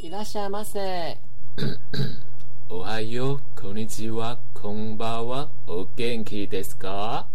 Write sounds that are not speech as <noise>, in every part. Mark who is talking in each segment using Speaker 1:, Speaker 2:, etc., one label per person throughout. Speaker 1: いらっしゃいませ。
Speaker 2: おはよう、こんにちは、こんばんは、お元気ですか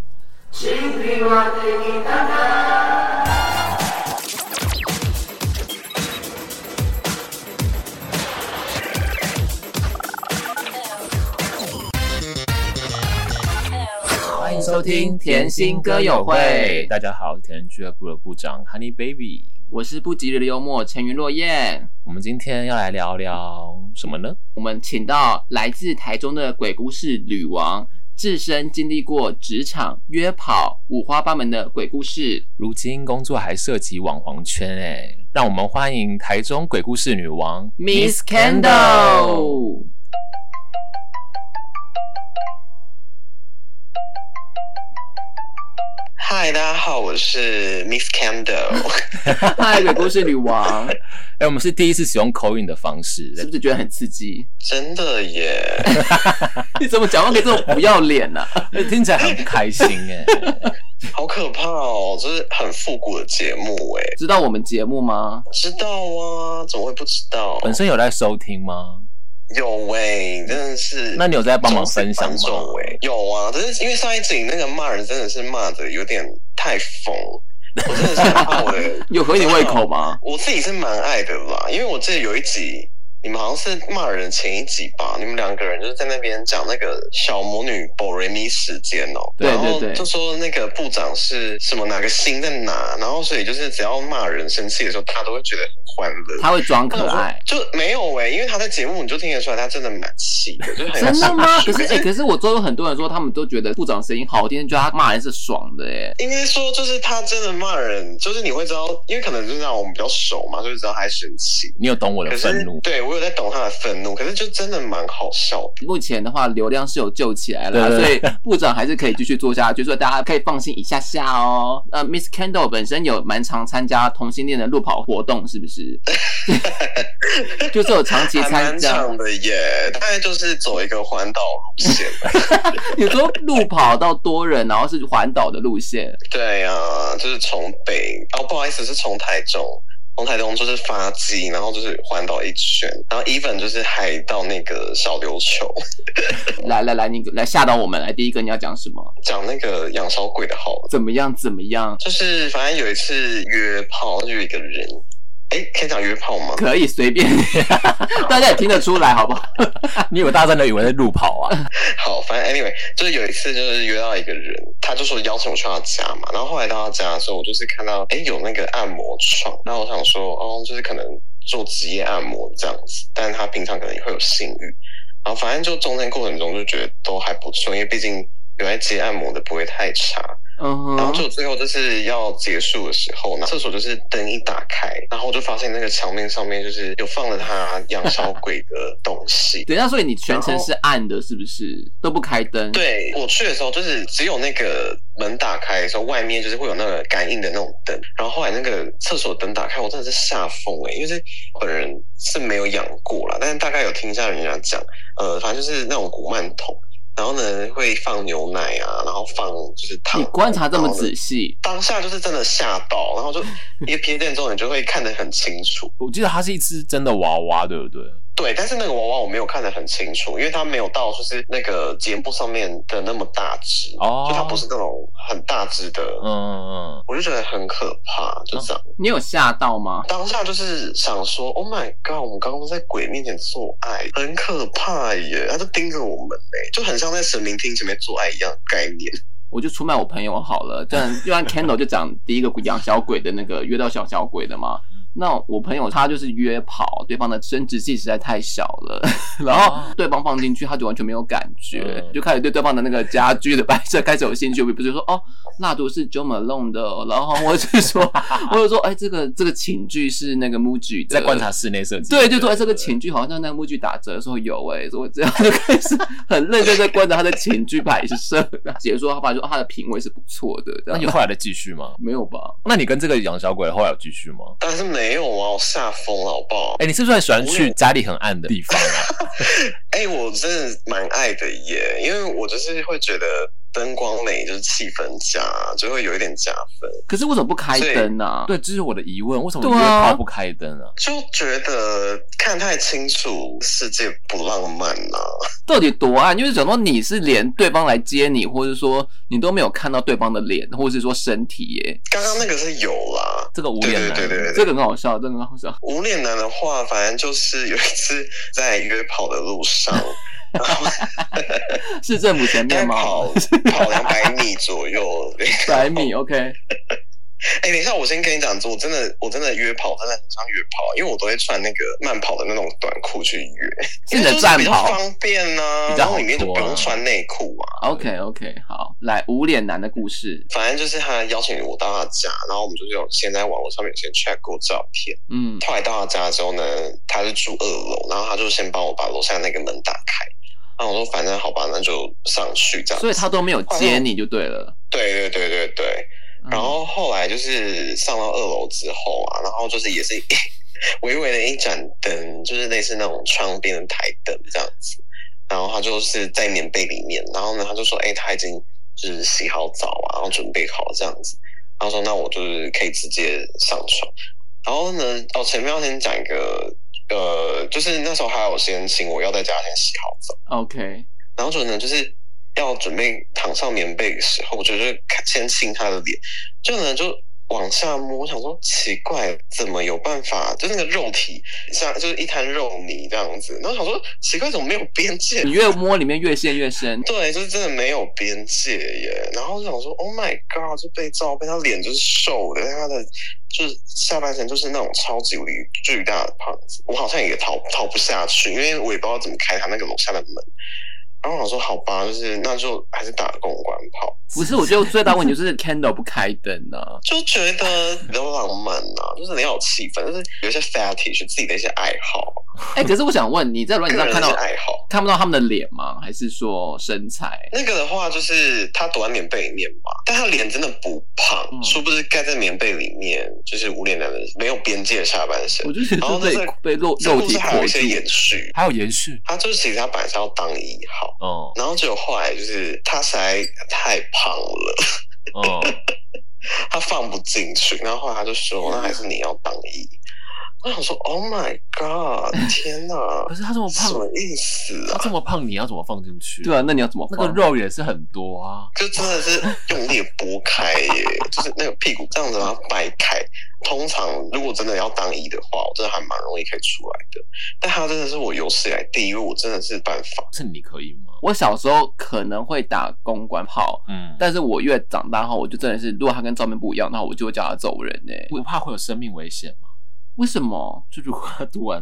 Speaker 3: 欢迎收听甜心歌友会，
Speaker 2: 大家好，甜人俱乐部的部长 Honey Baby。
Speaker 3: 我是不吉利的幽默陈云落雁。
Speaker 2: 我们今天要来聊聊什么呢？
Speaker 3: 我们请到来自台中的鬼故事女王，自身经历过职场、约跑、五花八门的鬼故事。
Speaker 2: 如今工作还涉及网黄圈哎、让我们欢迎台中鬼故事女王
Speaker 3: Miss Candle。
Speaker 4: 嗨，大家好，我是 Miss Candle。
Speaker 3: 嗨，鬼故事女王，
Speaker 2: 哎、我们是第一次使用口音的方式，
Speaker 3: 是不是觉得很刺激？
Speaker 4: <laughs> 真
Speaker 2: <laughs>
Speaker 4: 的耶，
Speaker 3: 你怎么讲话可以这么不要脸啊呢、
Speaker 2: 欸听起来很不开心
Speaker 3: <laughs>
Speaker 2: 哎、
Speaker 4: 好可怕哦！这是很复古的节目哎，
Speaker 3: 知道我们节目吗？
Speaker 4: 知道啊，怎么会不知道？
Speaker 2: 本身有在收听吗？
Speaker 4: 有哎，真的是。
Speaker 2: 那你有在帮忙分享吗
Speaker 4: 忠实观众哎，有啊，但是因为上一集你那个骂人真的是骂的有点太疯，我真的是很怕我的，
Speaker 3: 有合你胃口吗？
Speaker 4: 我自己是蛮爱的啦，因为我记得有一集。你们好像是骂人前一集吧？你们两个人就是在那边讲那个小魔女博瑞咪事件哦、
Speaker 3: 对
Speaker 4: 然后
Speaker 3: 对对
Speaker 4: 就说那个部长是什么哪个星在哪，然后所以就是只要骂人生气的时候，他都会觉得很欢乐。
Speaker 3: 他会装可爱。
Speaker 4: 就没有哎、因为他在节目你就听得出来，他真的蛮气的，就很
Speaker 3: 真的吗？可
Speaker 4: 气
Speaker 3: 是哎、可是我周围很多人说，他们都觉得部长声音好听，觉得他骂人是爽的哎、
Speaker 4: 应该说就是他真的骂人，就是你会知道，因为可能就是让我们比较熟嘛，所以知道他在生气。
Speaker 2: 你有懂我的
Speaker 4: 可
Speaker 2: 愤
Speaker 4: 是
Speaker 2: 怒？
Speaker 4: 对我有在懂他的愤怒，可是就真的蛮好笑的。
Speaker 3: 目前的话，流量是有救起来了，
Speaker 2: 对对
Speaker 3: 所以部长还是可以继续做下去，所以大家可以放心一下下哦。呃，Miss Kendall 本身有蛮常参加同性恋的路跑活动，是不是？ <laughs> 就是有长期
Speaker 4: 还
Speaker 3: 参
Speaker 4: 蛮
Speaker 3: 加。
Speaker 4: 长的耶，大概就是走一个环岛路线。
Speaker 3: 你说路跑到多人，然后是环岛的路线，
Speaker 4: <laughs> 对啊，就是从北哦，不好意思，是从台中，从台中就是发机，然后就是环岛一圈，然后 even 就是还到那个小琉球，
Speaker 3: 来来来，你来吓到我们来。第一个你要讲什么？
Speaker 4: 讲那个养烧鬼的好了。
Speaker 3: 怎么样？怎么样？
Speaker 4: 就是反正有一次约炮，就有一个人，哎，可以讲约炮吗？
Speaker 3: 可以随便， <laughs> 大家也听得出来，好不好？
Speaker 2: <laughs> 你以为大家真的以为在路跑啊？
Speaker 4: 好，反正 anyway，就是有一次就是约到一个人，他就说邀请我去他家嘛，然后后来到他家的时候，我就是看到哎有那个按摩床，然后我想说哦，就是可能做职业按摩这样子，但他平常可能也会有性欲，然后反正就中间过程中就觉得都还不错，因为毕竟有在接按摩的不会太差，
Speaker 3: 嗯
Speaker 4: 然
Speaker 3: 哼，。
Speaker 4: 后就最后就是要结束的时候呢，厕所就是灯一打开，然后我就发现那个墙面上面就是有放了他养小鬼的东西
Speaker 3: 等一下，所以你全程是暗的，是不是？都不开灯？。
Speaker 4: 对我去的时候，就是只有那个门打开的时候，外面就是会有那个感应的那种灯。然后后来那个厕所灯打开，我真的是吓疯欸了，因为是本人是没有养过啦，但是大概有听一下人家讲，呃，反正就是那种古曼童，然后呢会放牛奶啊，然后放就是糖。
Speaker 3: 你观察这么
Speaker 4: 然后呢
Speaker 3: 仔细，
Speaker 4: 当下就是真的吓到，然后就一个瞥见之后，你就会看得很清楚。
Speaker 2: 我记得它是一只真的娃娃，对不对？
Speaker 4: 对，但是那个娃娃我没有看得很清楚，因为它没有到就是那个节目上面的那么大只，
Speaker 2: 哦
Speaker 4: 就它不是那种很大只的，
Speaker 2: 嗯嗯
Speaker 4: 我就觉得很可怕，就这样。
Speaker 3: 你有吓到吗？
Speaker 4: 当下就是想说，Oh my god，我们刚刚在鬼面前做爱，很可怕耶！他就盯着我们嘞，就很像在神明厅前面做爱一样概念。
Speaker 3: 我就出卖我朋友好了，这样就像 Kendall 就讲第一个养小鬼的那个约到小小鬼的嘛。那我朋友他就是约跑，对方的生殖器实在太小了， <laughs> 然后对方放进去，他就完全没有感觉，
Speaker 2: 哦嗯
Speaker 3: 就开始对对方的那个家居的摆设开始有兴趣。我也不是说哦，蜡烛是 Jo Malone 的哦，然后我是说， <laughs> 我就说哎，这个这个寝具是那个 Muji 的，
Speaker 2: 在观察室内设计。
Speaker 3: 对，就说哎，这个寝具好像在那个木具打折的时候有哎、所以我这样就开始很认真在观察他的寝具摆设。 <laughs> 解说他爸说、啊他的品味是不错的，这
Speaker 2: 那
Speaker 3: 样
Speaker 2: 你后来的继续吗？
Speaker 3: 没有吧？
Speaker 2: 那你跟这个养小鬼后来有继续吗？
Speaker 4: 但是没有啊，我吓疯了，好不好？
Speaker 2: 哎、你是不是很喜欢去家里很暗的地方啊？
Speaker 4: 哎、我真的蛮爱的耶，因为我就是会觉得灯光美，就是气氛加，就会有一点加分。
Speaker 3: 可是为什么不开灯呢、啊？
Speaker 1: 对，这是我的疑问，为什么
Speaker 3: 对
Speaker 1: 约
Speaker 3: 啊
Speaker 1: 炮不开灯啊？
Speaker 4: 就觉得看太清楚，世界不浪漫啊啦、
Speaker 3: 到底多暗？就是想说你是连对方来接你，或者说你都没有看到对方的脸，或者是说身体耶、
Speaker 4: 刚刚那个是有啦，
Speaker 3: 这个无脸男，
Speaker 4: 对对对对对
Speaker 3: 这个很好笑，这个很好笑。
Speaker 4: 无脸男的话，反正就是有一次在约跑的路上，然后
Speaker 3: 市政府前
Speaker 4: 大概
Speaker 3: <laughs> 面吗？哦
Speaker 4: 跑跑两百米左右。 <laughs>
Speaker 3: 百米，OK，
Speaker 4: 哎、等一下，我先跟你讲，我真的我真的约跑，真的很像约跑，因为我都会穿那个慢跑的那种短裤去约，
Speaker 3: <laughs> 是你的战
Speaker 4: 因为就是比较
Speaker 3: 袍
Speaker 4: 方便呢、
Speaker 3: 比较
Speaker 4: 然
Speaker 3: 好
Speaker 4: 后里面就不
Speaker 1: 脱
Speaker 4: 用
Speaker 1: 啊
Speaker 4: 穿内裤啊。
Speaker 3: ，OK OK，好，来无脸男的故事，
Speaker 4: 反正就是他邀请我到他家，然后我们就是有先在网络上面有先 check 过照片。
Speaker 3: 嗯，
Speaker 4: 后来到他家之后呢，他是住二楼，然后他就先帮我把楼下那个门打开。然后我说反正好吧，那就上去这样子。
Speaker 3: 所以他都没有接你就对了。
Speaker 4: 对对对对对。
Speaker 3: 嗯
Speaker 4: 然后后来就是上到二楼之后啊，然后就是也是 <laughs> 一微微的一盏灯，就是类似那种窗边的台灯这样子。然后他就是在棉被里面，然后呢，他就说：“哎、他已经就是洗好澡啊，然后准备好这样子。”然后说：“那我就是可以直接上床。”然后呢，哦，前面要先讲一个，呃，就是那时候还有先请我要在家先洗好澡。
Speaker 3: OK，
Speaker 4: 然后就呢，就是要准备躺上棉被的时候，我就是先亲他的脸，就呢就往下摸，想说奇怪，怎么有办法？就那个肉体像就是一滩肉泥这样子，然后想说奇怪，怎么没有边界
Speaker 3: 你？越摸里面越陷越深，
Speaker 4: 对，就是真的没有边界耶。然后就想说，Oh my god，就被照片，他脸就是瘦的，他的就是下半身就是那种超级无敌巨大的胖子。我好像也逃逃不下去，因为我也不知道怎么开他那个楼下的门。然后我想说，好吧，就是那就还是打公关炮，
Speaker 3: 不是？我觉得最大问题就是 Candle 不开灯啊呢、
Speaker 4: 就觉得比较浪漫啊，就是很有气氛，就是有一些 fetish 自己的一些爱好，
Speaker 3: 哎、可是我想问，你在软件
Speaker 4: 个
Speaker 3: 上
Speaker 4: 人
Speaker 3: 看
Speaker 4: 的
Speaker 3: 到
Speaker 4: 一些爱好。
Speaker 3: 看不到他们的脸吗？还是说身材？
Speaker 4: 那个的话，就是他躲在棉被里面嘛，但他脸真的不胖，
Speaker 3: 嗯
Speaker 4: 殊不知盖在棉被里面就是无脸男的没有边界的下半身
Speaker 3: 我。就觉得
Speaker 4: 然后
Speaker 3: 被
Speaker 4: 这个
Speaker 3: 被肉
Speaker 4: 哦这
Speaker 3: 肉
Speaker 4: 故
Speaker 3: 体
Speaker 4: 事还有
Speaker 3: 裹
Speaker 4: 一
Speaker 3: 住
Speaker 4: 些。延续，
Speaker 1: 还有延续
Speaker 4: 他就是其实他本来是要当一号，
Speaker 1: 哦
Speaker 4: 然后结果后来就是他实在太胖了，
Speaker 1: 哦，
Speaker 4: 他放不进去，然后后来他就说那还是你要当一。我想说，Oh my
Speaker 3: <laughs>
Speaker 4: God！天哪
Speaker 1: 可，是他这么
Speaker 4: 什
Speaker 1: 胖，
Speaker 4: 么意思
Speaker 1: 他
Speaker 4: 啊？
Speaker 1: 这么胖，你要怎么放进去？
Speaker 3: 对啊，那你要怎么
Speaker 1: 那
Speaker 3: 放？
Speaker 1: 个肉也是很多啊。
Speaker 4: 就真的是用力拨开耶，就是那个屁股这样子把它掰开。通常如果真的要当一的话，我真的还蛮容易可以出来的。但他真的是我有史以来第一位，我真的是办法。
Speaker 1: 是你可以吗？
Speaker 3: 我小时候可能会打公关炮，
Speaker 1: 嗯，但
Speaker 3: 但是我越长大后，我就真的是，如果他跟照片不一样，那我就会叫他走人呢、
Speaker 1: 不怕会有生命危险吗？
Speaker 3: 为什么？
Speaker 1: 就如果他突然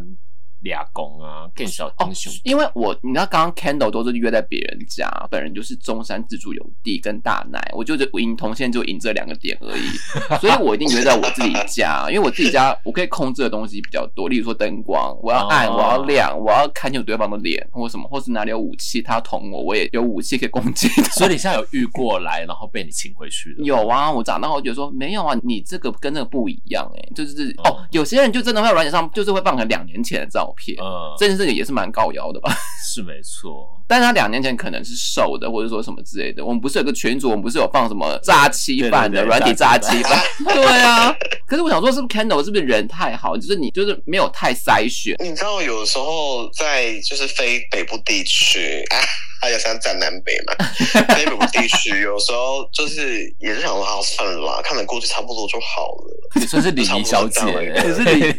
Speaker 1: 俩拱啊，更小
Speaker 3: 哦
Speaker 1: 更凶，，
Speaker 3: 因为我你知道，刚刚 Candle 都是约在别人家，本人就是中山自助有地跟大奶，我就是赢同线就赢这两个点而
Speaker 1: <laughs>
Speaker 3: 已，所以我一定约在我自己家，因为我自己家我可以控制的东西比较多，例如说灯光，我要暗，
Speaker 1: 哦
Speaker 3: 我要亮，我要看清楚对方的脸或什么，或是哪里有武器，他要捅我，我也有武器可以攻击他。 <laughs>
Speaker 1: 所以你现在有遇过来，然后被你请回去的？
Speaker 3: 有啊，我长大后觉得说没有啊，你这个跟那个不一样哎、就是
Speaker 1: 哦
Speaker 3: 哦，有些人就真的会在软件上就是会放个两年前的照片，
Speaker 1: 嗯，
Speaker 3: 这件事情也是蛮高腰的吧。
Speaker 1: 是没错。
Speaker 3: 但是他两年前可能是瘦的，或者说什么之类的。我们不是有个群主，我们不是有放什么炸鸡饭的
Speaker 1: 对对对
Speaker 3: 软体炸
Speaker 1: 炸
Speaker 3: 鸡饭？ <laughs> 对啊。可是我想说，是不是 Candle 是不是人太好，就是你就是没有太筛选？
Speaker 4: 你知道有时候在就是非北部地区啊，还有像占南北嘛， <laughs> 非北部地区有时候就是也是想说，好算了啦，看得过去差不多就好了。
Speaker 1: 你算是礼仪小
Speaker 3: <laughs>
Speaker 1: 姐，
Speaker 4: 你
Speaker 3: 是礼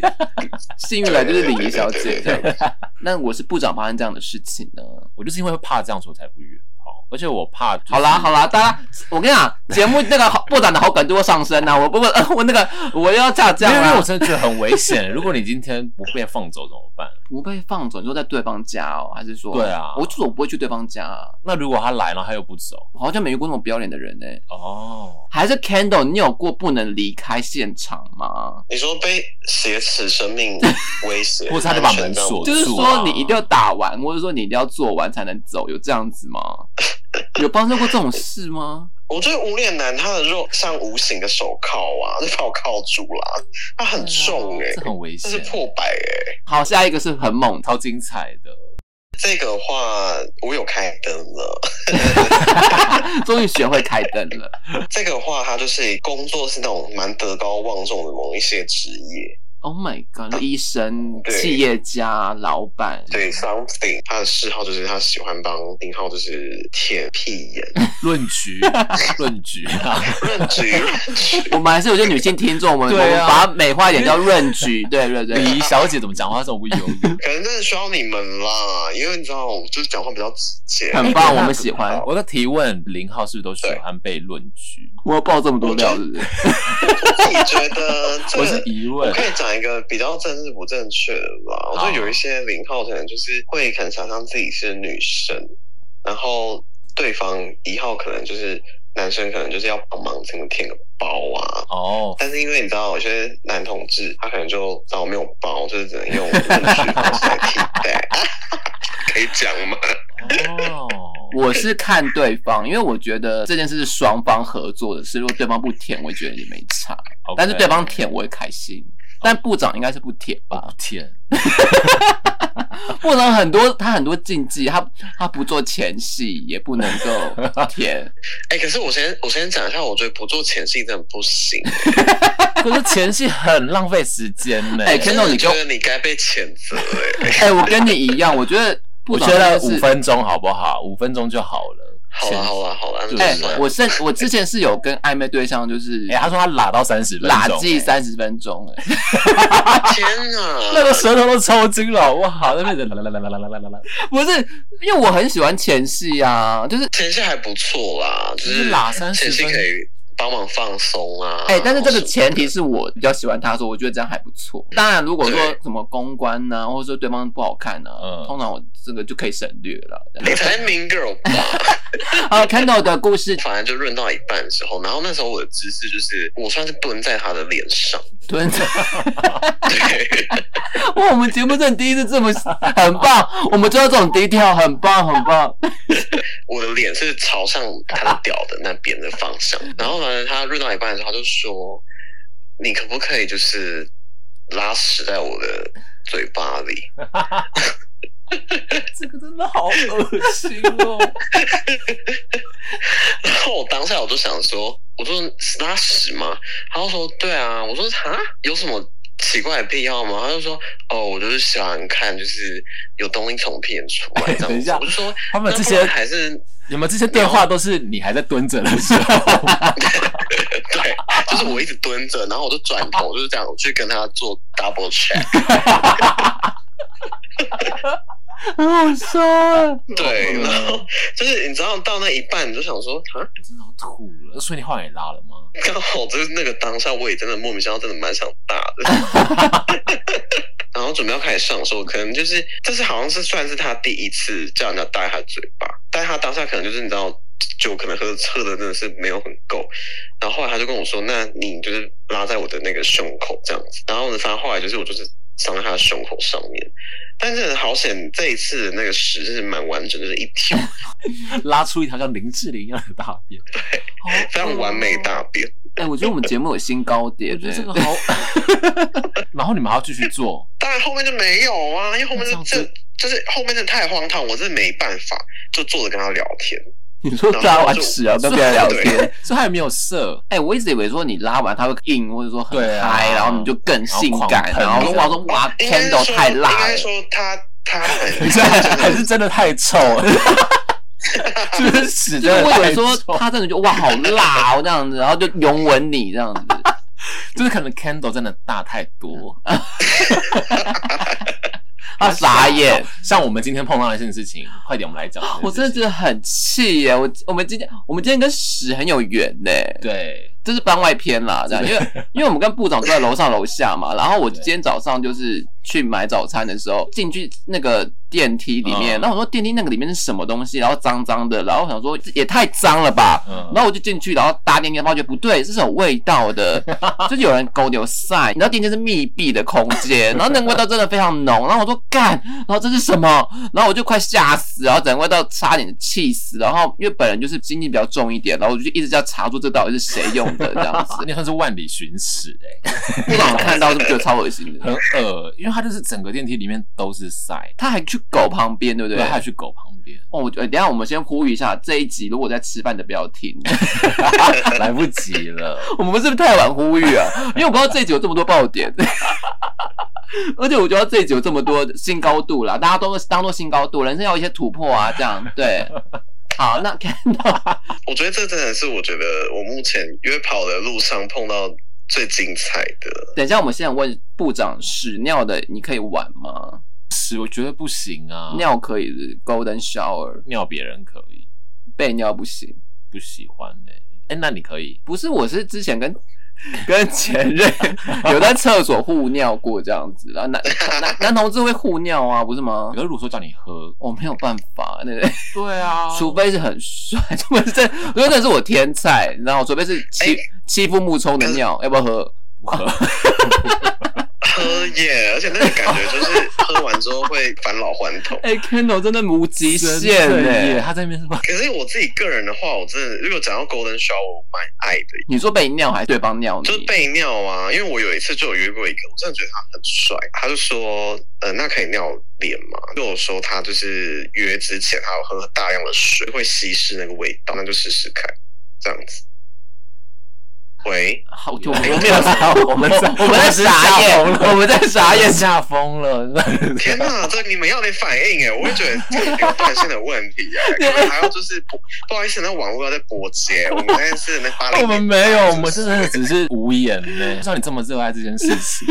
Speaker 3: 幸运来就是礼仪小姐
Speaker 4: 对对对对对。
Speaker 3: 那我是不长发生这样的事情呢。
Speaker 1: 我就是因为怕这样，所以我才不约炮，而且我怕、就是。
Speaker 3: 好啦好
Speaker 1: 啦，
Speaker 3: 啦，大家，我跟你讲，节目那个好部长的好感度会上升啊！我不 <laughs> 我我那个我要下
Speaker 1: 因
Speaker 3: 降
Speaker 1: 为因为
Speaker 3: 了
Speaker 1: 我，真的觉得很危险。如果你今天不被放走怎么
Speaker 3: <laughs>
Speaker 1: 办？
Speaker 3: 不被放走，你说在对方家哦，还是说？
Speaker 1: 对啊
Speaker 3: 我就是我不会去对方家、啊，
Speaker 1: 那如果他来，然后他又不走，
Speaker 3: 我好像没遇过那么不要脸的人呢、
Speaker 1: 哦，
Speaker 3: 还是 Candle，你有过不能离开现场吗？
Speaker 4: 你说被挟持生命威胁，
Speaker 1: <laughs> 或者他就把门
Speaker 4: 安全
Speaker 1: 锁
Speaker 4: 到
Speaker 3: 就是
Speaker 1: 住啊
Speaker 3: 说你一定要打完，或者说你一定要做完才能走，有这样子吗？有发生过这种事吗？
Speaker 4: 我觉得无脸男他的肉像无形的手铐啊， <laughs> 就把我铐住了，啊他很重哎、
Speaker 1: 这很危
Speaker 4: 这是
Speaker 1: 险，
Speaker 4: 破百哎、
Speaker 3: 好，下一个是很猛，
Speaker 1: 超精彩的。
Speaker 4: 这个话我有开灯了， <laughs>
Speaker 3: 终于学会开灯了。
Speaker 4: 这个话他就是工作是那种蛮德高望重的某一些职业，
Speaker 3: Oh my god！医生、
Speaker 4: 对
Speaker 3: 企业家、老板，
Speaker 4: 对 something，他的嗜好就是他喜欢帮林浩就是舔屁眼， <laughs>
Speaker 1: 论局，论局啊，
Speaker 4: 论局
Speaker 3: 我们还是有些女性听众，我们我
Speaker 1: 对
Speaker 3: 们
Speaker 1: 啊
Speaker 3: 把它美化一点，叫润局。对对 <laughs> 对，
Speaker 1: 李小姐怎么讲话这么不优雅？
Speaker 4: 可能真的需要你们啦，因为你知道，就是讲话比较直接。
Speaker 3: 很
Speaker 1: 哎
Speaker 3: 棒，
Speaker 1: 那
Speaker 3: 我们喜欢。
Speaker 1: 我在提问林浩是不是都喜欢被论局？
Speaker 3: 我要爆这么多料，是不是？
Speaker 4: 我自己觉得这
Speaker 1: 我是
Speaker 4: 个。
Speaker 1: 疑问
Speaker 4: 我可以讲一个比较政治不正确的吧，我觉得有一些零号可能就是会可能想象自己是女生，然后对方一号可能就是男生，可能就是要帮忙怎么舔个包 <laughs> 啊。
Speaker 1: 哦，
Speaker 4: 但是因为你知道，有些男同志他可能就找没有包，就是只能用认识方式来替代， <laughs> 可以讲吗？
Speaker 1: 哦，
Speaker 3: 我是看对方，因为我觉得这件事是双方合作的事。如果对方不舔，我觉得也没差； <laughs>
Speaker 1: OK
Speaker 3: 但是对方舔，我会开心。但部长应该是不舔吧
Speaker 1: 哦？天，
Speaker 3: 部长很多，他很多禁忌，他他不做前戏，也不能够
Speaker 1: <laughs>
Speaker 3: 舔。
Speaker 4: 哎、可是我先我先讲一下，我觉得不做前戏真的不行。
Speaker 1: 可是前戏很浪费时间呢。
Speaker 3: 哎真的
Speaker 4: 我
Speaker 3: 你
Speaker 4: 觉
Speaker 3: 就
Speaker 4: 得你该被谴责哎、
Speaker 3: 哎、我跟你一样，我觉得部
Speaker 1: 我
Speaker 3: 长
Speaker 1: 觉
Speaker 3: 真
Speaker 1: 得
Speaker 3: 的
Speaker 1: 五
Speaker 3: 是
Speaker 1: 分钟好不好？五分钟就好了。
Speaker 4: 好啦好啦好啦，那就
Speaker 1: 对
Speaker 3: 哎、
Speaker 4: 是这样
Speaker 3: 我是我之前是有跟暧昧对象，就是
Speaker 1: 哎、他说他拉到三十分钟，
Speaker 3: 拉近
Speaker 1: 哎
Speaker 3: 三十分钟、哎， <laughs>
Speaker 4: 天哪，
Speaker 1: 那个舌头都抽筋了，哇！那边的啦啦啦啦啦啦啦啦，
Speaker 3: 不是因为我很喜欢前戏啊，就是
Speaker 4: 前戏还不错啦，就
Speaker 1: 就是
Speaker 4: 是
Speaker 1: 拉三十
Speaker 4: 前戏
Speaker 1: 分
Speaker 4: 可以帮忙放松啊。
Speaker 3: 哎、
Speaker 1: 哦
Speaker 3: 但是这个前提是我比较喜欢他说，我觉得这样还不错。
Speaker 1: 嗯
Speaker 3: 当然，如果说
Speaker 4: 对
Speaker 3: 什么公关呢、或者说对方不好看呢、
Speaker 1: 嗯
Speaker 3: 通常我这个就可以省略
Speaker 1: <laughs>
Speaker 3: 了。
Speaker 4: 你才 mean girl 吧？
Speaker 3: 好，看到的故事
Speaker 4: 反正就润到一半的时候，然后那时候我的姿势就是我算是蹲在他的脸上，
Speaker 3: 蹲着，
Speaker 4: 对，
Speaker 3: <laughs> 哇，我们节目真的第一次这么很棒，我们做到这种低调，很棒，很棒。
Speaker 4: 我的脸是朝向他的屌的那边的方向。然后反正他润到一半的时候，他就说：“你可不可以就是拉屎在我的嘴巴里？”
Speaker 1: 这个真的好恶心哦！
Speaker 4: 然后我当下我就想说，我说是拉屎吗？他就说对啊，我说哈，有什么奇怪的必要吗？他就说哦，我就是喜欢看，就是有东西从屁眼出来这样
Speaker 1: <laughs>
Speaker 4: 子。
Speaker 1: 等一下
Speaker 4: 我就说
Speaker 1: <laughs> 他们
Speaker 4: 那
Speaker 1: 这
Speaker 4: 不然
Speaker 1: 些
Speaker 4: 还是
Speaker 1: 你们这些对话都是你还在蹲着的时候，
Speaker 4: 对，就是我一直蹲着，然后我就转头就是这样我去跟他做 double
Speaker 1: <laughs>
Speaker 4: check。
Speaker 3: 很好笑
Speaker 1: 欸
Speaker 3: 啊。
Speaker 4: 对，然后就是你知道到那一半，你就想说啊，
Speaker 1: 真的要吐了。所以你后来也拉了吗？
Speaker 4: <laughs> 刚好就是那个当下，我也真的莫名其妙，真的蛮想打的。然后准备要开始上的时候，可能就是这是好像是算是他第一次叫人家戴他嘴巴，但他当下可能就是你知道酒可能喝喝的真的是没有很够，然后后来他就跟我说，那你就是拉在我的那个胸口这样子，然后呢，反正后来就是我就是伤在他的胸口上面，但是好险这一次的那个屎是蛮完整，就是一条
Speaker 1: 拉出一条像林志玲一样的大便，好恶哦
Speaker 4: 非常完美大便。
Speaker 3: <laughs> 哎、我觉得我们节目有新高点、
Speaker 1: 我觉得这
Speaker 3: 哎
Speaker 1: 个好。 <laughs> 然后你们还要继续做，
Speaker 4: 当然后面就没有啊，因为后面
Speaker 1: 那这
Speaker 4: 就
Speaker 1: 样
Speaker 4: 这
Speaker 1: 子
Speaker 4: 就是后面真的太荒唐，我真的没办法，就坐着跟他聊天。
Speaker 3: 你说 <laughs> 拉完屎啊，跟别人聊天。
Speaker 1: <laughs> 所以他也没有射。
Speaker 3: 哎、我一直以为说你拉完他会硬，或者说很
Speaker 1: 对啊
Speaker 3: 嗨、然后你就更性感，
Speaker 1: 然
Speaker 3: 然
Speaker 1: 后
Speaker 3: 后
Speaker 1: 狂喷
Speaker 3: 说哇说哇
Speaker 4: 应该是
Speaker 3: Kendall
Speaker 4: 说
Speaker 3: 太辣
Speaker 4: 应
Speaker 3: 了
Speaker 4: 该，说他他很
Speaker 1: 你这还是真的太臭 <laughs> 了，就是屎
Speaker 3: 就是
Speaker 1: 真的
Speaker 3: 我以
Speaker 1: 太
Speaker 3: 为
Speaker 1: 臭。
Speaker 3: 说他真的就哇好辣哦这样子，然后就拥吻你这样子，
Speaker 1: <laughs> 就是可能 candle 真的大太多， <laughs>
Speaker 3: 他傻眼。
Speaker 1: 像我们今天碰到的一件事情，快点我们来讲这件事情。
Speaker 3: 我真的觉得很气耶！我我们今天我们今天跟屎很有缘呢，
Speaker 1: 对，
Speaker 3: 这是番外篇啦，这样，因为因为我们跟部长住在楼上楼下嘛，然后我今天早上就是去买早餐的时候，进去那个电梯里面，
Speaker 1: 嗯
Speaker 3: 然后我说电梯那个里面是什么东西，然后脏脏的，然后我想说这也太脏了吧，
Speaker 1: 嗯
Speaker 3: 然后我就进去，然后搭电梯，发觉不对，这是有味道的， <laughs> 就是有人狗流塞，然后电梯是密闭的空间，然后那个味道真的非常浓，然后我说干，然后这是什么？然后我就快吓死，然后整个味道差点气死，然后因为本人就是经济比较重一点，然后我就一直要查出这到底是谁用
Speaker 1: 啊
Speaker 3: 的这样子，
Speaker 1: 那算是万里寻屎哎、
Speaker 3: 部长看到是不是觉得超恶心的？
Speaker 1: 很恶，因为他他就是整个电梯里面都是塞，
Speaker 3: 他还去狗旁边，对不
Speaker 1: 对，他还去狗旁边， <laughs>
Speaker 3: 哦，我觉得等一下我们先呼吁一下，这一集如果在吃饭的不要听，
Speaker 1: 来不及了。
Speaker 3: <laughs> 我们是不是太晚呼吁啊？因为我不知道这一集有这么多爆点， <laughs> 而且我觉得这一集有这么多新高度啦，大家都是当做新高度，人生要有一些突破啊，这样对。好，那看到
Speaker 4: 我觉得这真的是我觉得我目前约跑的路上碰到最精彩的。
Speaker 3: 等一下，我们现在问部长屎尿的，你可以玩吗？
Speaker 1: 屎我觉得不行啊，
Speaker 3: 尿可以是，Golden Shower
Speaker 1: 尿别人可以，
Speaker 3: 被尿不行。
Speaker 1: 不喜欢呢、哎、那你可以，
Speaker 3: 不是，我是之前跟 <laughs> 跟前任有在厕所互尿过这样子啦。男男男同志会互尿啊，不是吗
Speaker 1: <laughs> 可？是如果说叫你喝，
Speaker 3: 我没有办法，对不对？
Speaker 1: 对
Speaker 4: 哦
Speaker 1: 啊
Speaker 3: 除非是很帅， <laughs> 除非这，我觉得这是我天菜，你知道吗？除非是欺、
Speaker 4: 哎
Speaker 3: 欺负木冲的尿，要不要喝？
Speaker 4: 喝耶，而且那个感觉就是喝完之后会返老还童。
Speaker 3: 哎、k e n d a l l 真的无极限
Speaker 1: 真的
Speaker 3: 哎、
Speaker 1: 耶欸他在那边是 <laughs> 吧？
Speaker 4: 可是我自己个人的话，我真的如果讲到 Golden Shower，我蛮爱的，
Speaker 3: 你说被尿还是对方尿
Speaker 4: 就是
Speaker 3: 你？
Speaker 4: 被尿啊。因为我有一次就有约过一个，我真的觉得他很帅，他就说，呃，那可以尿脸吗？就我说他就是约之前他要喝大量的水，会稀释那个味道，那就试试看，这样子。喂，
Speaker 3: 好，啊我
Speaker 1: 哎
Speaker 3: 我没有傻，
Speaker 1: 我们在
Speaker 3: 我们在傻眼
Speaker 1: 我们是吓疯，了
Speaker 3: 我们在傻眼。
Speaker 1: 吓疯了， <laughs>
Speaker 4: 天哪，这你们要得反应哎，我会觉得这个流动性的问题哎，可能还要就是不不好意思，那网络要在波接，我们现在是那八零，
Speaker 1: 我们没有，我们真的只是无言呢。不知道你这么热爱这件 <laughs> 事情，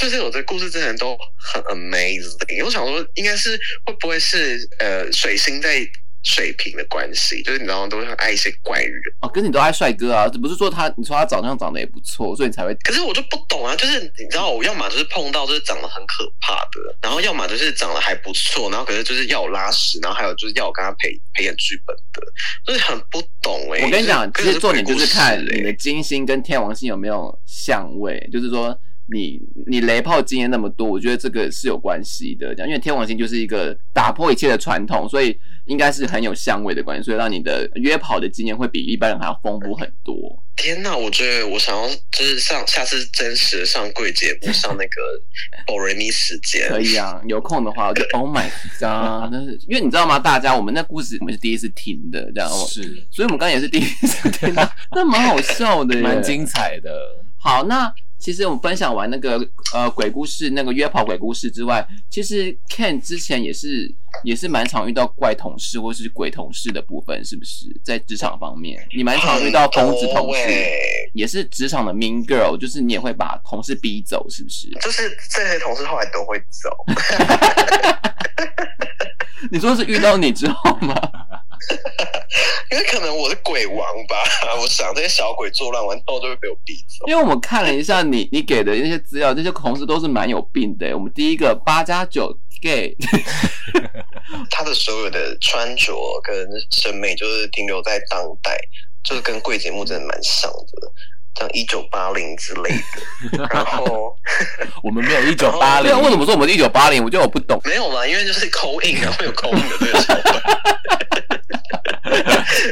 Speaker 4: 就是我的故事真的都很 amazing。我想说，应该是会不会是呃水星在水瓶的关系，就是你知道都会很爱一些怪人，
Speaker 3: 哦，可是你都爱帅哥啊，不是说他，你说他长相长得也不错，所以你才会
Speaker 4: 可是我就不懂啊，就是你知道，我要么就是碰到就是长得很可怕的，然后要么就是长得还不错，然后可是就是要我拉屎，然后还有就是要我跟他陪陪演剧本的，就是很不懂哎、
Speaker 3: 我跟你讲，
Speaker 4: 就
Speaker 3: 其
Speaker 4: 是
Speaker 3: 实重点就是看你的
Speaker 4: 鬼故事欸
Speaker 3: 金星跟天王星有没有相位，就是说你你雷炮经验那么多，我觉得这个是有关系的。这样，因为天王星就是一个打破一切的传统，所以应该是很有相位的关系，所以让你的约跑的经验会比一般人还要丰富很多。
Speaker 4: 天呐，我觉得我想要就是上下次真实上贵节目上那个偶然咪时间，
Speaker 3: 可以啊，有空的话，我就 Oh my God！但是因为你知道吗，大家我们那故事我们是第一次听的，这样，哦
Speaker 1: 是
Speaker 3: 所以我们刚刚也是第一次听到，那蛮好笑的耶，
Speaker 1: 蛮精彩的。
Speaker 3: 好，那其实我们分享完那个呃鬼故事，那个约跑鬼故事之外，其实 Ken 之前也是也是蛮常遇到怪同事或是鬼同事的部分，是不是？在职场方面，你蛮常遇到疯子
Speaker 4: 很多
Speaker 3: 同事，
Speaker 4: 欸
Speaker 3: 也是职场的 mean girl，就是你也会把同事逼走，是不是？
Speaker 4: 就是这些同事后来都会走，
Speaker 3: 你说是遇到你之后 <laughs> 吗？
Speaker 4: 因为可能我是鬼王吧， <laughs> 我想这些小鬼作乱完后就会被我逼走。
Speaker 3: 因为我们看了一下你你给的那些资料，这些同事都是蛮有病的。我们第一个八加九 gay，
Speaker 4: 他的所有的穿着跟审美就是停留在当代，就是跟贵节目真的蛮像的，像一九八零之类的。
Speaker 3: <laughs>
Speaker 4: 然后
Speaker 1: 我们没有一九八
Speaker 3: 对
Speaker 1: 零
Speaker 3: 啊，，为什么说我们一九八零？我觉得我不懂。
Speaker 4: 没有啦，因为就是口音啊，会有口音的这个想
Speaker 3: <laughs>
Speaker 4: 法。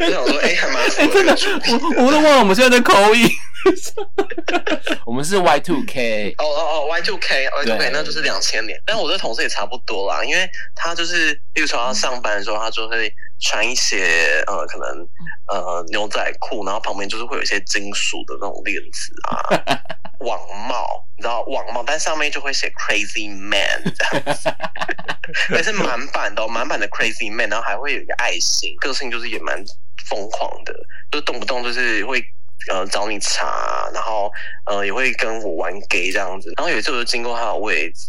Speaker 4: 就想说，哎、还蛮符
Speaker 3: 哎、
Speaker 4: 合这
Speaker 3: 真的
Speaker 4: 个主，题
Speaker 3: 我我都忘了我们现在在口音。
Speaker 1: 我们是 Y two K，
Speaker 4: 哦哦哦，Y two K，Y two
Speaker 1: 对
Speaker 4: K，那就是两千年。但我这同事也差不多啦，因为他就是，例如说
Speaker 1: 嗯
Speaker 4: 他上班的时候，他就会穿一些呃，可能
Speaker 1: 嗯
Speaker 4: 呃牛仔裤，然后旁边就是会有一些金属的那种链子
Speaker 1: <laughs>
Speaker 4: 啊，网帽，你知道网帽，但上面就会写 Crazy Man 这样子， <laughs> 但是满版的、哦，满版的 Crazy Man，然后还会有一个爱心，个性就是也蛮疯狂的，就动不动就是会。呃，找你查，然后呃，也会跟我玩 gay 这样子。然后有一次我就经过他的位置，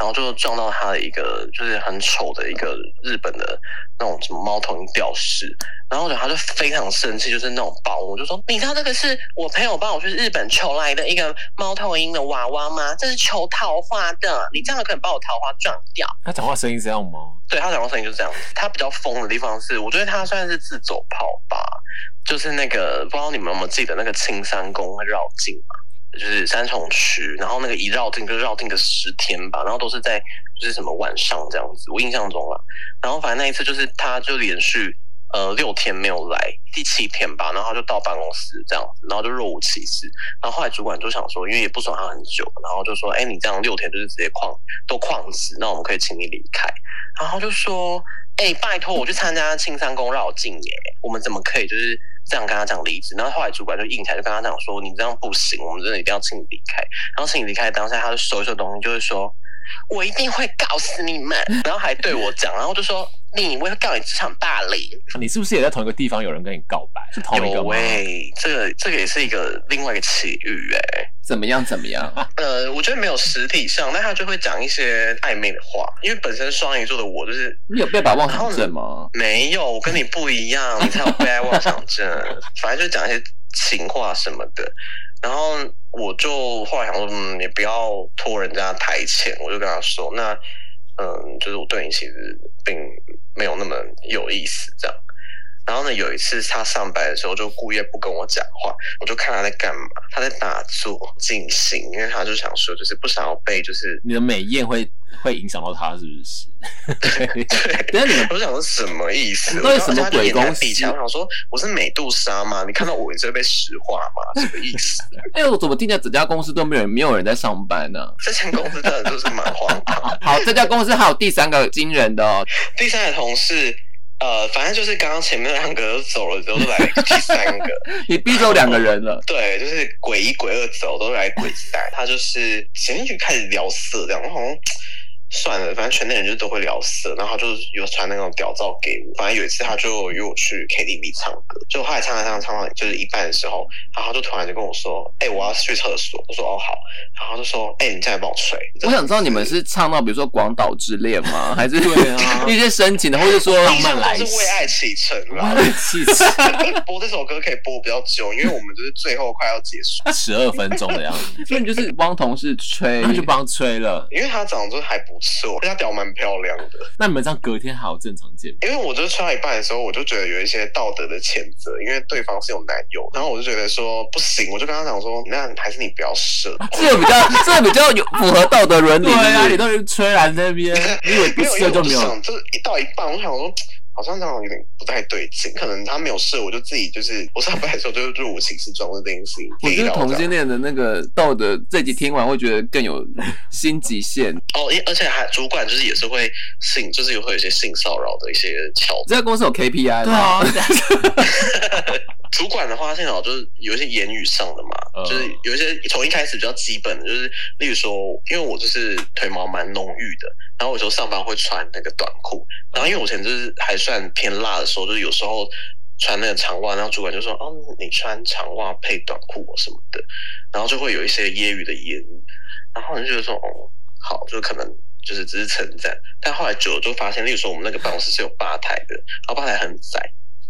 Speaker 4: 然后就撞到他的一个就是很丑的一个日本的那种什么猫头鹰吊饰，然后我觉得他就非常生气，就是那种暴怒，就说：“你知道这个是我朋友帮我去日本求来的一个猫头鹰的娃娃吗？这是求桃花的，你这样可能把我桃花撞掉。”
Speaker 1: 他讲话声音这样吗？
Speaker 4: 对他讲话声音就是这样子。他比较疯的地方是，我觉得他算是自走炮吧，就是那个不知道你们有没有记得那个青山宫会绕境嘛，就是三重区，然后那个一绕境就绕境个十天吧，然后都是在就是什么晚上这样子，我印象中啦。然后反正那一次就是他就连续。呃六天没有来，第七天吧，然后他就到办公室这样子，然后就若无其事。然后后来主管就想说，因为也不爽他很久，然后就说，哎，你这样六天就是直接旷都旷职，那我们可以请你离开。然后就说，哎，拜托，我去参加青山宫绕境耶，我们怎么可以就是这样跟他讲离职？然后后来主管就硬起来，就跟他讲说，你这样不行，我们真的一定要请你离开。然后请你离开当下，他就收一收东西，就是说。我一定会告死你们，然后还对我讲，然后就说你我会告你职场霸凌。
Speaker 1: 你是不是也在同一个地方有人跟你告白？是同一个
Speaker 4: 有欸
Speaker 1: 吗？
Speaker 4: 喂、这个这个也是一个另外一个奇遇哎、
Speaker 3: <laughs> 怎么样怎么样？
Speaker 4: 呃，我觉得没有实体上，但他就会讲一些暧昧的话，因为本身双鱼座的我就是
Speaker 3: 你有被把妄想症吗？
Speaker 4: 没有，我跟你不一样，你才有被爱妄想症。反正就讲一些情话什么的，然后我就后来想说，嗯，也不要拖人家台前，我就跟他说，那嗯，就是我对你其实并没有那么有意思这样。然后呢，有一次他上班的时候就故意不跟我讲话，我就看他在干嘛，他在打坐静心，因为他就想说，就是不想要被就是
Speaker 1: 你的美艳会会影响到他，是不是？
Speaker 3: 等一下你们
Speaker 4: 我就想说什么意思？
Speaker 3: 你到底什么
Speaker 4: 我就
Speaker 3: 鬼
Speaker 4: 跟他
Speaker 3: 公司
Speaker 4: 比起来，我想说我是美杜莎吗？你看到我，你就会被石化吗？什么意思？
Speaker 3: 哎、我怎么听见这家公司都没有人没有人在上班呢、
Speaker 4: 这间公司真的就是蛮荒
Speaker 1: 啊
Speaker 4: 唐。
Speaker 3: 好，这家公司还有第三个惊人的、哦，
Speaker 4: 第三个同事，呃，反正就是刚刚前面两个都走了之后，就来第三个，
Speaker 3: 你逼走两个人了。
Speaker 4: 对，就是鬼一鬼二走，都来鬼三。他就是前面就开始聊色这样，然后好像算了，反正全内人就都会聊色，然后他就有传那种屌照给我。反正有一次他就约我去 KTV 唱歌，就后来唱着唱着唱到就是一半的时候，然后他就突然就跟我说：“哎、我要去厕所。”我说：“哦好。”然后他就说：“哎、你进来帮我吹。”
Speaker 3: 我想知道你们是唱到比如说《广岛之恋》吗？还是
Speaker 1: 对 <laughs> 啊
Speaker 3: 一些深情的，或者说
Speaker 4: 一
Speaker 1: 慢来
Speaker 4: 都是为爱启程
Speaker 1: <laughs>
Speaker 4: 啦。
Speaker 1: 气死！
Speaker 4: 播这首歌可以播比较久，因为我们就是最后快要结束，
Speaker 1: 十二分钟的样
Speaker 3: <laughs>
Speaker 1: 子，
Speaker 3: 所以你就是帮同事吹
Speaker 1: 然后，就帮吹了。
Speaker 4: 因为他长得就还不错，而且他屌蛮漂亮的。
Speaker 1: 那你们这样隔天还有正常见面？
Speaker 4: 因为我就是穿到一半的时候，我就觉得有一些道德的谴责，因为对方是有男友，然后我就觉得说不行，我就跟他讲说，那还是你不要射。
Speaker 3: 啊这个比较
Speaker 1: <laughs>
Speaker 3: 这个比较有符合道德伦理。
Speaker 1: 对啊，
Speaker 3: 是
Speaker 1: 你
Speaker 3: 不是
Speaker 1: 都是吹来那 <laughs> 边，你以为不
Speaker 4: 没有，因
Speaker 1: 射
Speaker 4: 为
Speaker 1: 就
Speaker 4: 我
Speaker 1: 没
Speaker 4: 就
Speaker 1: 有？
Speaker 4: 想，就是一到一半，我想说。好像这样有点不太对劲，可能他没有射，我就自己就是我上班的时候就是若无其事装这件事情。
Speaker 3: 我觉得
Speaker 4: 自己聊
Speaker 3: 同
Speaker 4: 这样
Speaker 3: 性恋的那个道德这集听完会觉得更有
Speaker 1: 啊
Speaker 3: 新极限。
Speaker 4: 哦，因而且还主管就是也是会性，就是也会有一些性骚扰的一些桥段。
Speaker 3: 这家公司有 KPI
Speaker 1: 对
Speaker 3: 吗？
Speaker 1: 啊，
Speaker 4: 主管的话，现在就是有一些言语上的嘛，
Speaker 1: 嗯
Speaker 4: 就是有一些从一开始比较基本的，就是例如说，因为我就是腿毛蛮浓郁的，然后我有时候上班会穿那个短裤，然后因为我以前就是还算偏辣的时候，就是有时候穿那个长袜，然后主管就说：“哦，你穿长袜配短裤哦什么的。”然后就会有一些揶揄的言语，然后你就觉得说：“哦，好，就可能。”就是只是称赞，但后来久了就发现，例如说我们那个办公室是有吧台的，然后吧台很窄，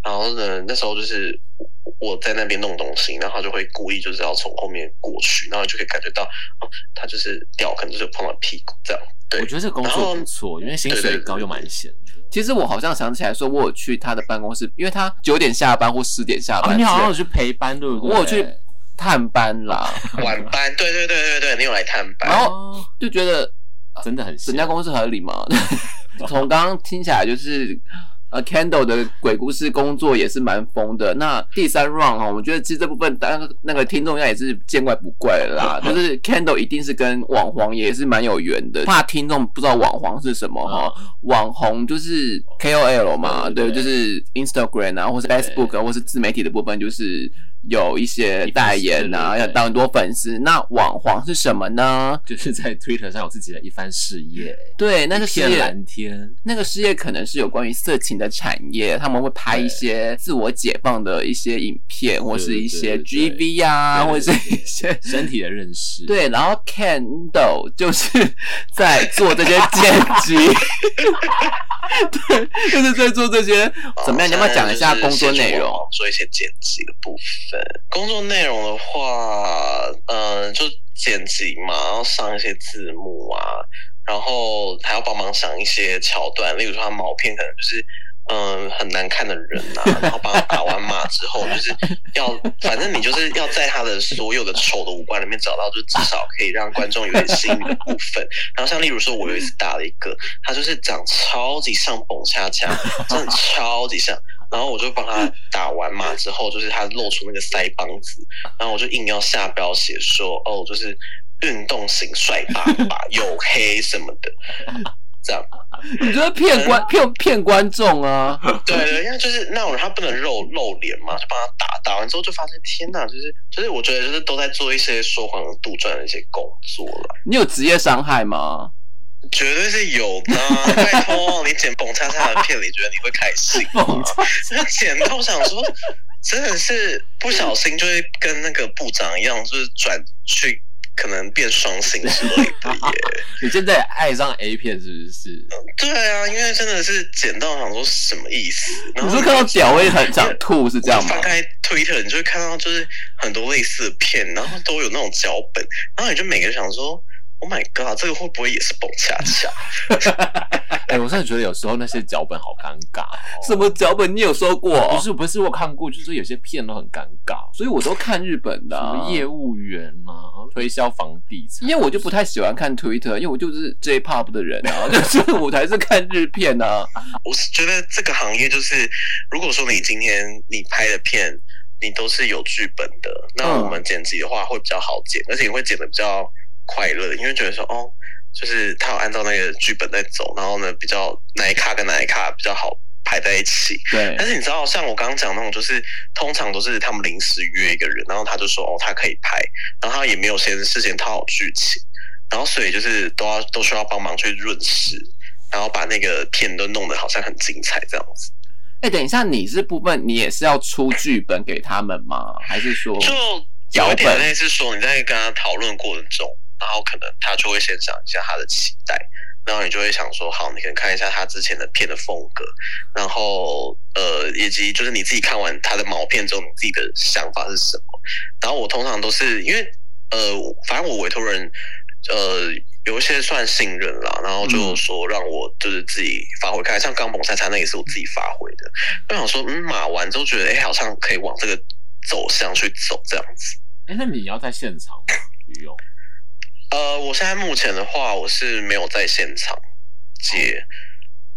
Speaker 4: 然后呢，那时候就是我我在那边弄东西，然后他就会故意就是要从后面过去，然后就可以感觉到，哦，他就是掉，可能就是有碰到屁股这样。对
Speaker 1: 我觉得这个工作不错，因为薪水高又蛮闲的。
Speaker 3: 其实我好像想起来，说我有去他的办公室，因为他九点下班或十点下
Speaker 1: 啊，
Speaker 3: 班
Speaker 1: 你
Speaker 3: 之类的，
Speaker 1: 好像有去陪班对不对？
Speaker 3: 我有去探班啦，
Speaker 4: 晚班，对对对对对，你有来探班，
Speaker 3: 然后
Speaker 1: 哦，
Speaker 3: 就觉得
Speaker 1: 真的很闲
Speaker 3: 整家公司合理
Speaker 1: <laughs>
Speaker 3: 吗？从刚刚听起来就是。呃，Candle 的鬼故事工作也是蛮疯的。那第三 round 哈、哦，我觉得其实这部分当然那个听众应该也是见怪不怪了
Speaker 1: <laughs>
Speaker 3: 啦。就是 Candle 一定是跟网黄也是蛮有缘的，怕听众不知道网黄是什么哈、网红就是 KOL 嘛，
Speaker 1: 哦对
Speaker 3: 对，
Speaker 1: 对
Speaker 3: 就是 Instagram 啊，或是 Facebook 啊，或是自媒体的部分，就是有一些代言啊，要
Speaker 1: 一些对对对
Speaker 3: 当很多粉丝。那网黄是什么呢？
Speaker 1: 就是在 Twitter 上有自己的一番事业，
Speaker 3: 对，那个
Speaker 1: 一
Speaker 3: 事
Speaker 1: 片
Speaker 3: 业，
Speaker 1: 蓝天。
Speaker 3: 那个事业可能是有关于色情的产业，他们会拍一些自我解放的一些影片，或是一些
Speaker 1: 对对对
Speaker 3: GV 啊，或
Speaker 1: 对
Speaker 3: 者
Speaker 1: 对对
Speaker 3: 是一些。
Speaker 1: 身体的认识，，
Speaker 3: 对，然后 Candle 就是在做这些剪辑， <laughs> 对，就是在做这些
Speaker 4: 哦
Speaker 3: 怎么样？你要不要讲一下工作内容？？
Speaker 1: 哦
Speaker 4: 做一些剪辑的部分。工作内容的话，嗯、就剪辑嘛，然后上一些字幕啊，然后还要帮忙想一些桥段，例如说他毛片可能就是。嗯，很难看的人呐、 <laughs> 啊，然后帮他打完码之后，就是要，反正你就是要在他的所有的丑的五官里面找到，就至少可以让观众有点吸引的部分。然后像例如说，我有一次打了一个，他就是长超级像蹦恰恰，真的超级像。然后我就帮他打完码之后，就是他露出那个腮帮子，然后我就硬要下标写说哦，就是运动型帅爸爸，黝黑什么的，这样。
Speaker 3: 你就是骗观骗骗观众啊！
Speaker 4: 对对，因为就是那种人他不能露露脸嘛，就帮他打，打完之后就发现天哪，就是就是我觉得就是都在做一些说谎杜撰的一些工作了，
Speaker 3: 你有职业伤害吗？
Speaker 4: 绝对是有的啊。拜托，你剪蹦恰恰的片里，觉得你会开心
Speaker 1: 哦
Speaker 4: 吗？
Speaker 3: 蹦
Speaker 4: 那剪到我想说，真的是不小心就会跟那个部长一样，就是转去可能变双性之类的耶。
Speaker 1: 你现在爱上 A 片是不是？
Speaker 4: 对啊，因为真的是剪到想说什么意思，然
Speaker 3: 你
Speaker 4: 后
Speaker 3: 是看到屌会很想吐是这样吗
Speaker 4: 翻？开 Twitter，你就会看到就是很多类似的片，然后都有那种脚本，然后你就每个人想说，Oh my god，这个会不会也是蹦恰恰？
Speaker 1: 哎、我真的觉得有时候那些脚本好尴尬、哦。
Speaker 3: 什么脚本你有收过哦
Speaker 1: 不？是不是，我看过，就是有些片都很尴尬，
Speaker 3: 所以我都看日本的
Speaker 1: 什
Speaker 3: 啊、
Speaker 1: 么业务员啊，推销房地产，
Speaker 3: 因为我就不太喜欢看 Twitter，因为我就是 J-pop 的人啊， <laughs> 就是我才是看日片啊。
Speaker 4: 我是觉得这个行业就是，如果说你今天你拍的片，你都是有剧本的，那
Speaker 3: 嗯
Speaker 4: 我们剪辑的话会比较好剪，而且你会剪的比较快乐，因为觉得说哦，就是他有按照那个剧本在走，然后呢比较哪一卡跟哪一卡比较好排在一起。
Speaker 3: 对
Speaker 4: 但是你知道，像我刚刚讲那种，就是通常都是他们临时约一个人，然后他就说哦他可以拍，然后他也没有先事先套好剧情，然后所以就是都要都需要帮忙去润饰，然后把那个片都弄得好像很精彩这样子。
Speaker 3: 哎、等一下，你这部分你也是要出剧本给他们吗？还是说
Speaker 4: 就
Speaker 3: 嗯脚
Speaker 4: 有一点
Speaker 3: 本
Speaker 4: 类似说你在跟他讨论过程中，然后可能他就会先讲一下他的期待，然后你就会想说，好，你可能看一下他之前的片的风格，然后呃，以及就是你自己看完他的毛片之后，你自己的想法是什么。然后我通常都是因为呃，反正我委托人呃有一些算信任啦，然后就说让我就是自己发挥看，像刚蹦三三那也是我自己发挥的。我想说，嗯，码完之后觉得，哎、好像可以往这个走向去走这样子。
Speaker 1: 哎、那你要在现场吗？
Speaker 3: <laughs>
Speaker 1: 不用，
Speaker 4: 呃，我现在目前的话，我是没有在现场接，
Speaker 3: 哦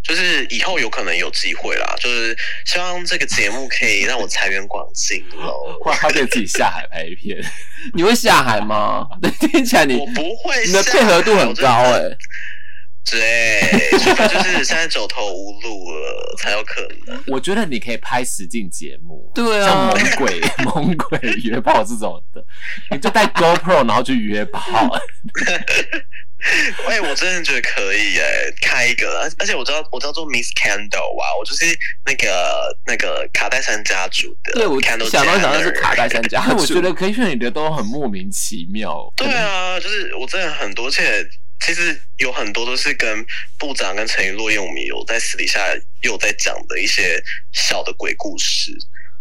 Speaker 4: 就是以后有可能有机会啦，就是希望这个节目可以让我财源广进
Speaker 3: 嗯
Speaker 4: 喽。
Speaker 1: 或者他可以自己下海拍片。
Speaker 3: 你会下海
Speaker 1: <laughs>
Speaker 3: 吗？ <laughs> 听起来你
Speaker 4: 我不会，
Speaker 3: 你的配合度很高哎、
Speaker 4: 对，除非就是现在走投无路了才有可能。
Speaker 1: 我觉得你可以拍实境节目，
Speaker 3: 对
Speaker 1: 像
Speaker 3: 啊
Speaker 1: 猛，鬼、猛鬼约炮这种的，你就 <laughs> 带 GoPro 然后去约 <laughs> 炮。
Speaker 4: 哎、我真的觉得可以哎、开一个，而且我知道我叫做 Miss Candle 啊，我就是那个那个卡戴珊家族的，
Speaker 3: 对我
Speaker 4: Candle
Speaker 3: 想到想
Speaker 4: 家
Speaker 3: 到
Speaker 4: 的
Speaker 3: 是
Speaker 4: 人
Speaker 3: 卡戴珊家 <laughs>
Speaker 1: 但
Speaker 3: 族，
Speaker 1: 我觉得可以选你的都很莫名其妙。
Speaker 4: 对啊，就是我真的很多，而且其实有很多都是跟部长跟陈云落雁，我们有在私底下有在讲的一些小的鬼故事，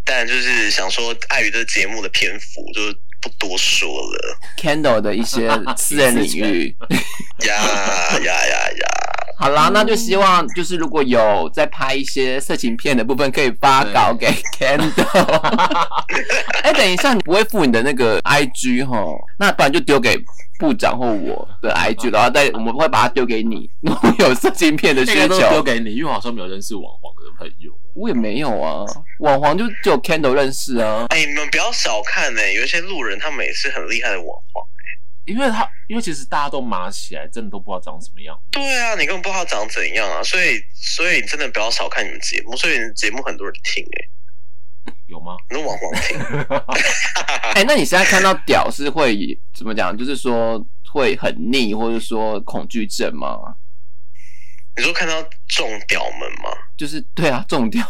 Speaker 4: 但就是想说，碍于这节目的篇幅，就是不多说了。
Speaker 3: Candle 的一些私人领域。
Speaker 4: 呀呀呀呀！
Speaker 3: 好啦，
Speaker 1: 嗯
Speaker 3: 那就希望就是如果有在拍一些色情片的部分，可以发稿给 <laughs> Candle。哎、等一下，你不会付你的那个 IG 哈？那不然就丢给部长或我的 IG，然后再我们会把它丢给你。 <laughs> 如果有色情片的需
Speaker 1: 这个都丢
Speaker 3: 求，
Speaker 1: 给你，因为我好像没有认识网黄的朋友。
Speaker 3: 我也没有啊。网黄就只有 Candle 认识啊。
Speaker 4: 哎、你们不要小看呢、有一些路人他们也是很厉害的网红。
Speaker 1: 因为他，因为其实大家都麻起来，真的都不知道长什么样。
Speaker 4: 对啊，你根本不知道他长怎样啊，所以所以真的不要小看你们节目，所以你们节目很多人听哎、
Speaker 1: 有 <laughs> 吗？
Speaker 4: 很多网红听。 <laughs>
Speaker 3: 哎、那你现在看到屌是会怎么讲？就是说会很腻，或者说恐惧症吗？
Speaker 4: 你说看到中屌们吗？
Speaker 3: 就是对啊，中屌。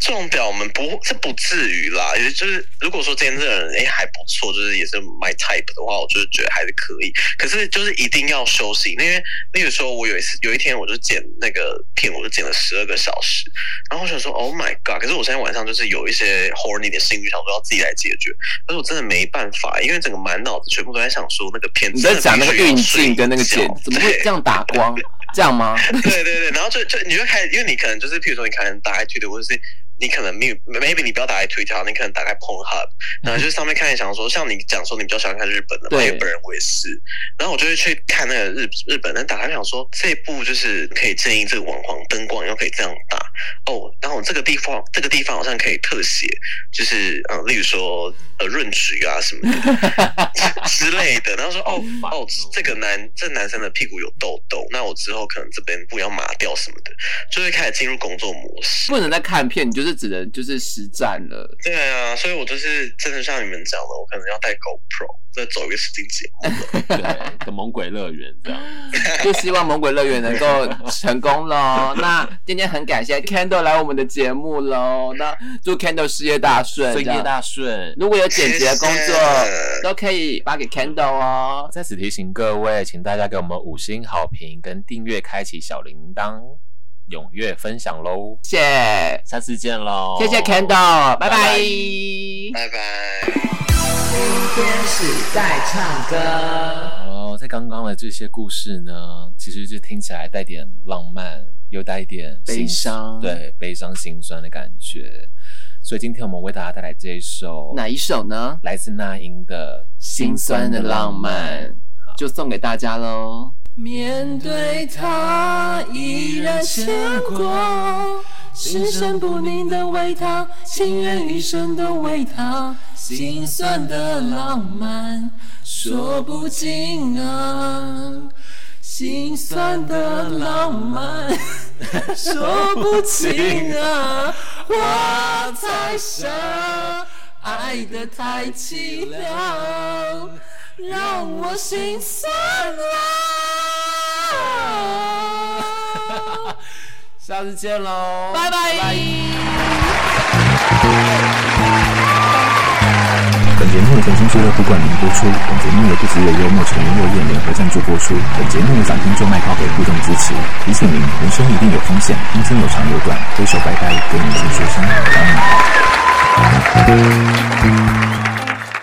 Speaker 4: 这种表我们不这不至于啦，也就是如果说今天这个人哎、诶还不错，就是也是 my type 的话，我就是觉得还是可以。可是就是一定要休息，因为例如说我有一次有一天我就剪那个片，我就剪了十二个小时，然后我想说 oh my god，可是我现在晚上就是有一些 horny 的性欲，想说要自己来解决，可是我真的没办法，因为整个满脑子全部都在想说那个片
Speaker 3: 你
Speaker 4: 真的
Speaker 3: 在
Speaker 4: 必须
Speaker 3: 讲
Speaker 4: 要睡
Speaker 3: 那
Speaker 4: 觉，
Speaker 3: 个运镜跟那个剪，怎么
Speaker 4: <laughs>
Speaker 3: 会这样打光？这样吗？
Speaker 4: 对对对，然后就就你就开始，因为你可能就是，譬如说你可能打开 Twitter，或者是你可能没有 maybe 你不要打开 Twitter，你可能打开 Pornhub，然后就是上面看你想说，像你讲说你比较喜欢看日本的嘛，
Speaker 3: 对
Speaker 4: 日本人我也是，然后我就会去看那个日日本，但打开想说这部就是可以建议这个网黄灯光又可以这样打，哦，然后这个地方这个地方好像可以特写，就是嗯、呃例如说呃润菊啊什么的 <laughs> 之类的。然后说哦
Speaker 1: 好烦
Speaker 4: 哦
Speaker 1: 哦，
Speaker 4: 这个男这男生的屁股有痘痘，那我之后可能这边不要麻掉什么的，就会开始进入工作模式。
Speaker 3: 不能再看片，你就是只能就是实战了。
Speaker 4: 对啊，所以我就是真的像你们讲的，我可能要带 GoPro 再走一个实景节目。
Speaker 1: 对，跟猛鬼乐园这样。
Speaker 3: 就希
Speaker 4: <laughs>
Speaker 3: 望《猛鬼乐园》能够成功喽。那今天很感谢 Candle 来我们的节目喽。那祝 Candle 事业大顺，
Speaker 1: 生
Speaker 3: 这
Speaker 1: 意
Speaker 3: 样
Speaker 1: 大顺。
Speaker 3: 如果有 <laughs> 剪辑的工
Speaker 4: 谢
Speaker 3: 作
Speaker 4: 谢
Speaker 3: 都可以发给 Candle 哦。
Speaker 1: 在此提醒各位，请大家给我们五星好评跟订阅，开启小铃铛，踊跃分享喽！
Speaker 3: 谢谢，
Speaker 1: 下次见喽，
Speaker 3: 谢谢 Candle，拜
Speaker 1: 拜拜
Speaker 3: 拜。
Speaker 4: 哦拜拜。
Speaker 3: 天使在唱歌。
Speaker 1: 哦，在刚刚的这些故事呢，其实就听起来带点浪漫，又带一点心
Speaker 3: 悲伤
Speaker 1: 对，悲伤心酸的感觉。所以今天我们为大家带来这一首
Speaker 3: 哪一首呢？
Speaker 1: 来自那英的《
Speaker 3: 心酸的浪漫》，就送给大家喽。
Speaker 5: 面对他依然牵挂，心神不宁的为他，情愿一生都为他，心酸的浪漫说不尽啊，心酸的浪漫说不尽啊，我太傻，爱得太凄凉。让我心酸啊！
Speaker 1: <laughs> 下次见喽，
Speaker 5: 拜拜。
Speaker 6: 本节目由腾讯俱乐部冠名播出。本节目由不只有幽默成员落叶联合赞助播出。本节目由掌听做卖靠给互动支持。提醒您，人生一定有风险，人生有长有短，挥手拜拜，给你一句说声晚安。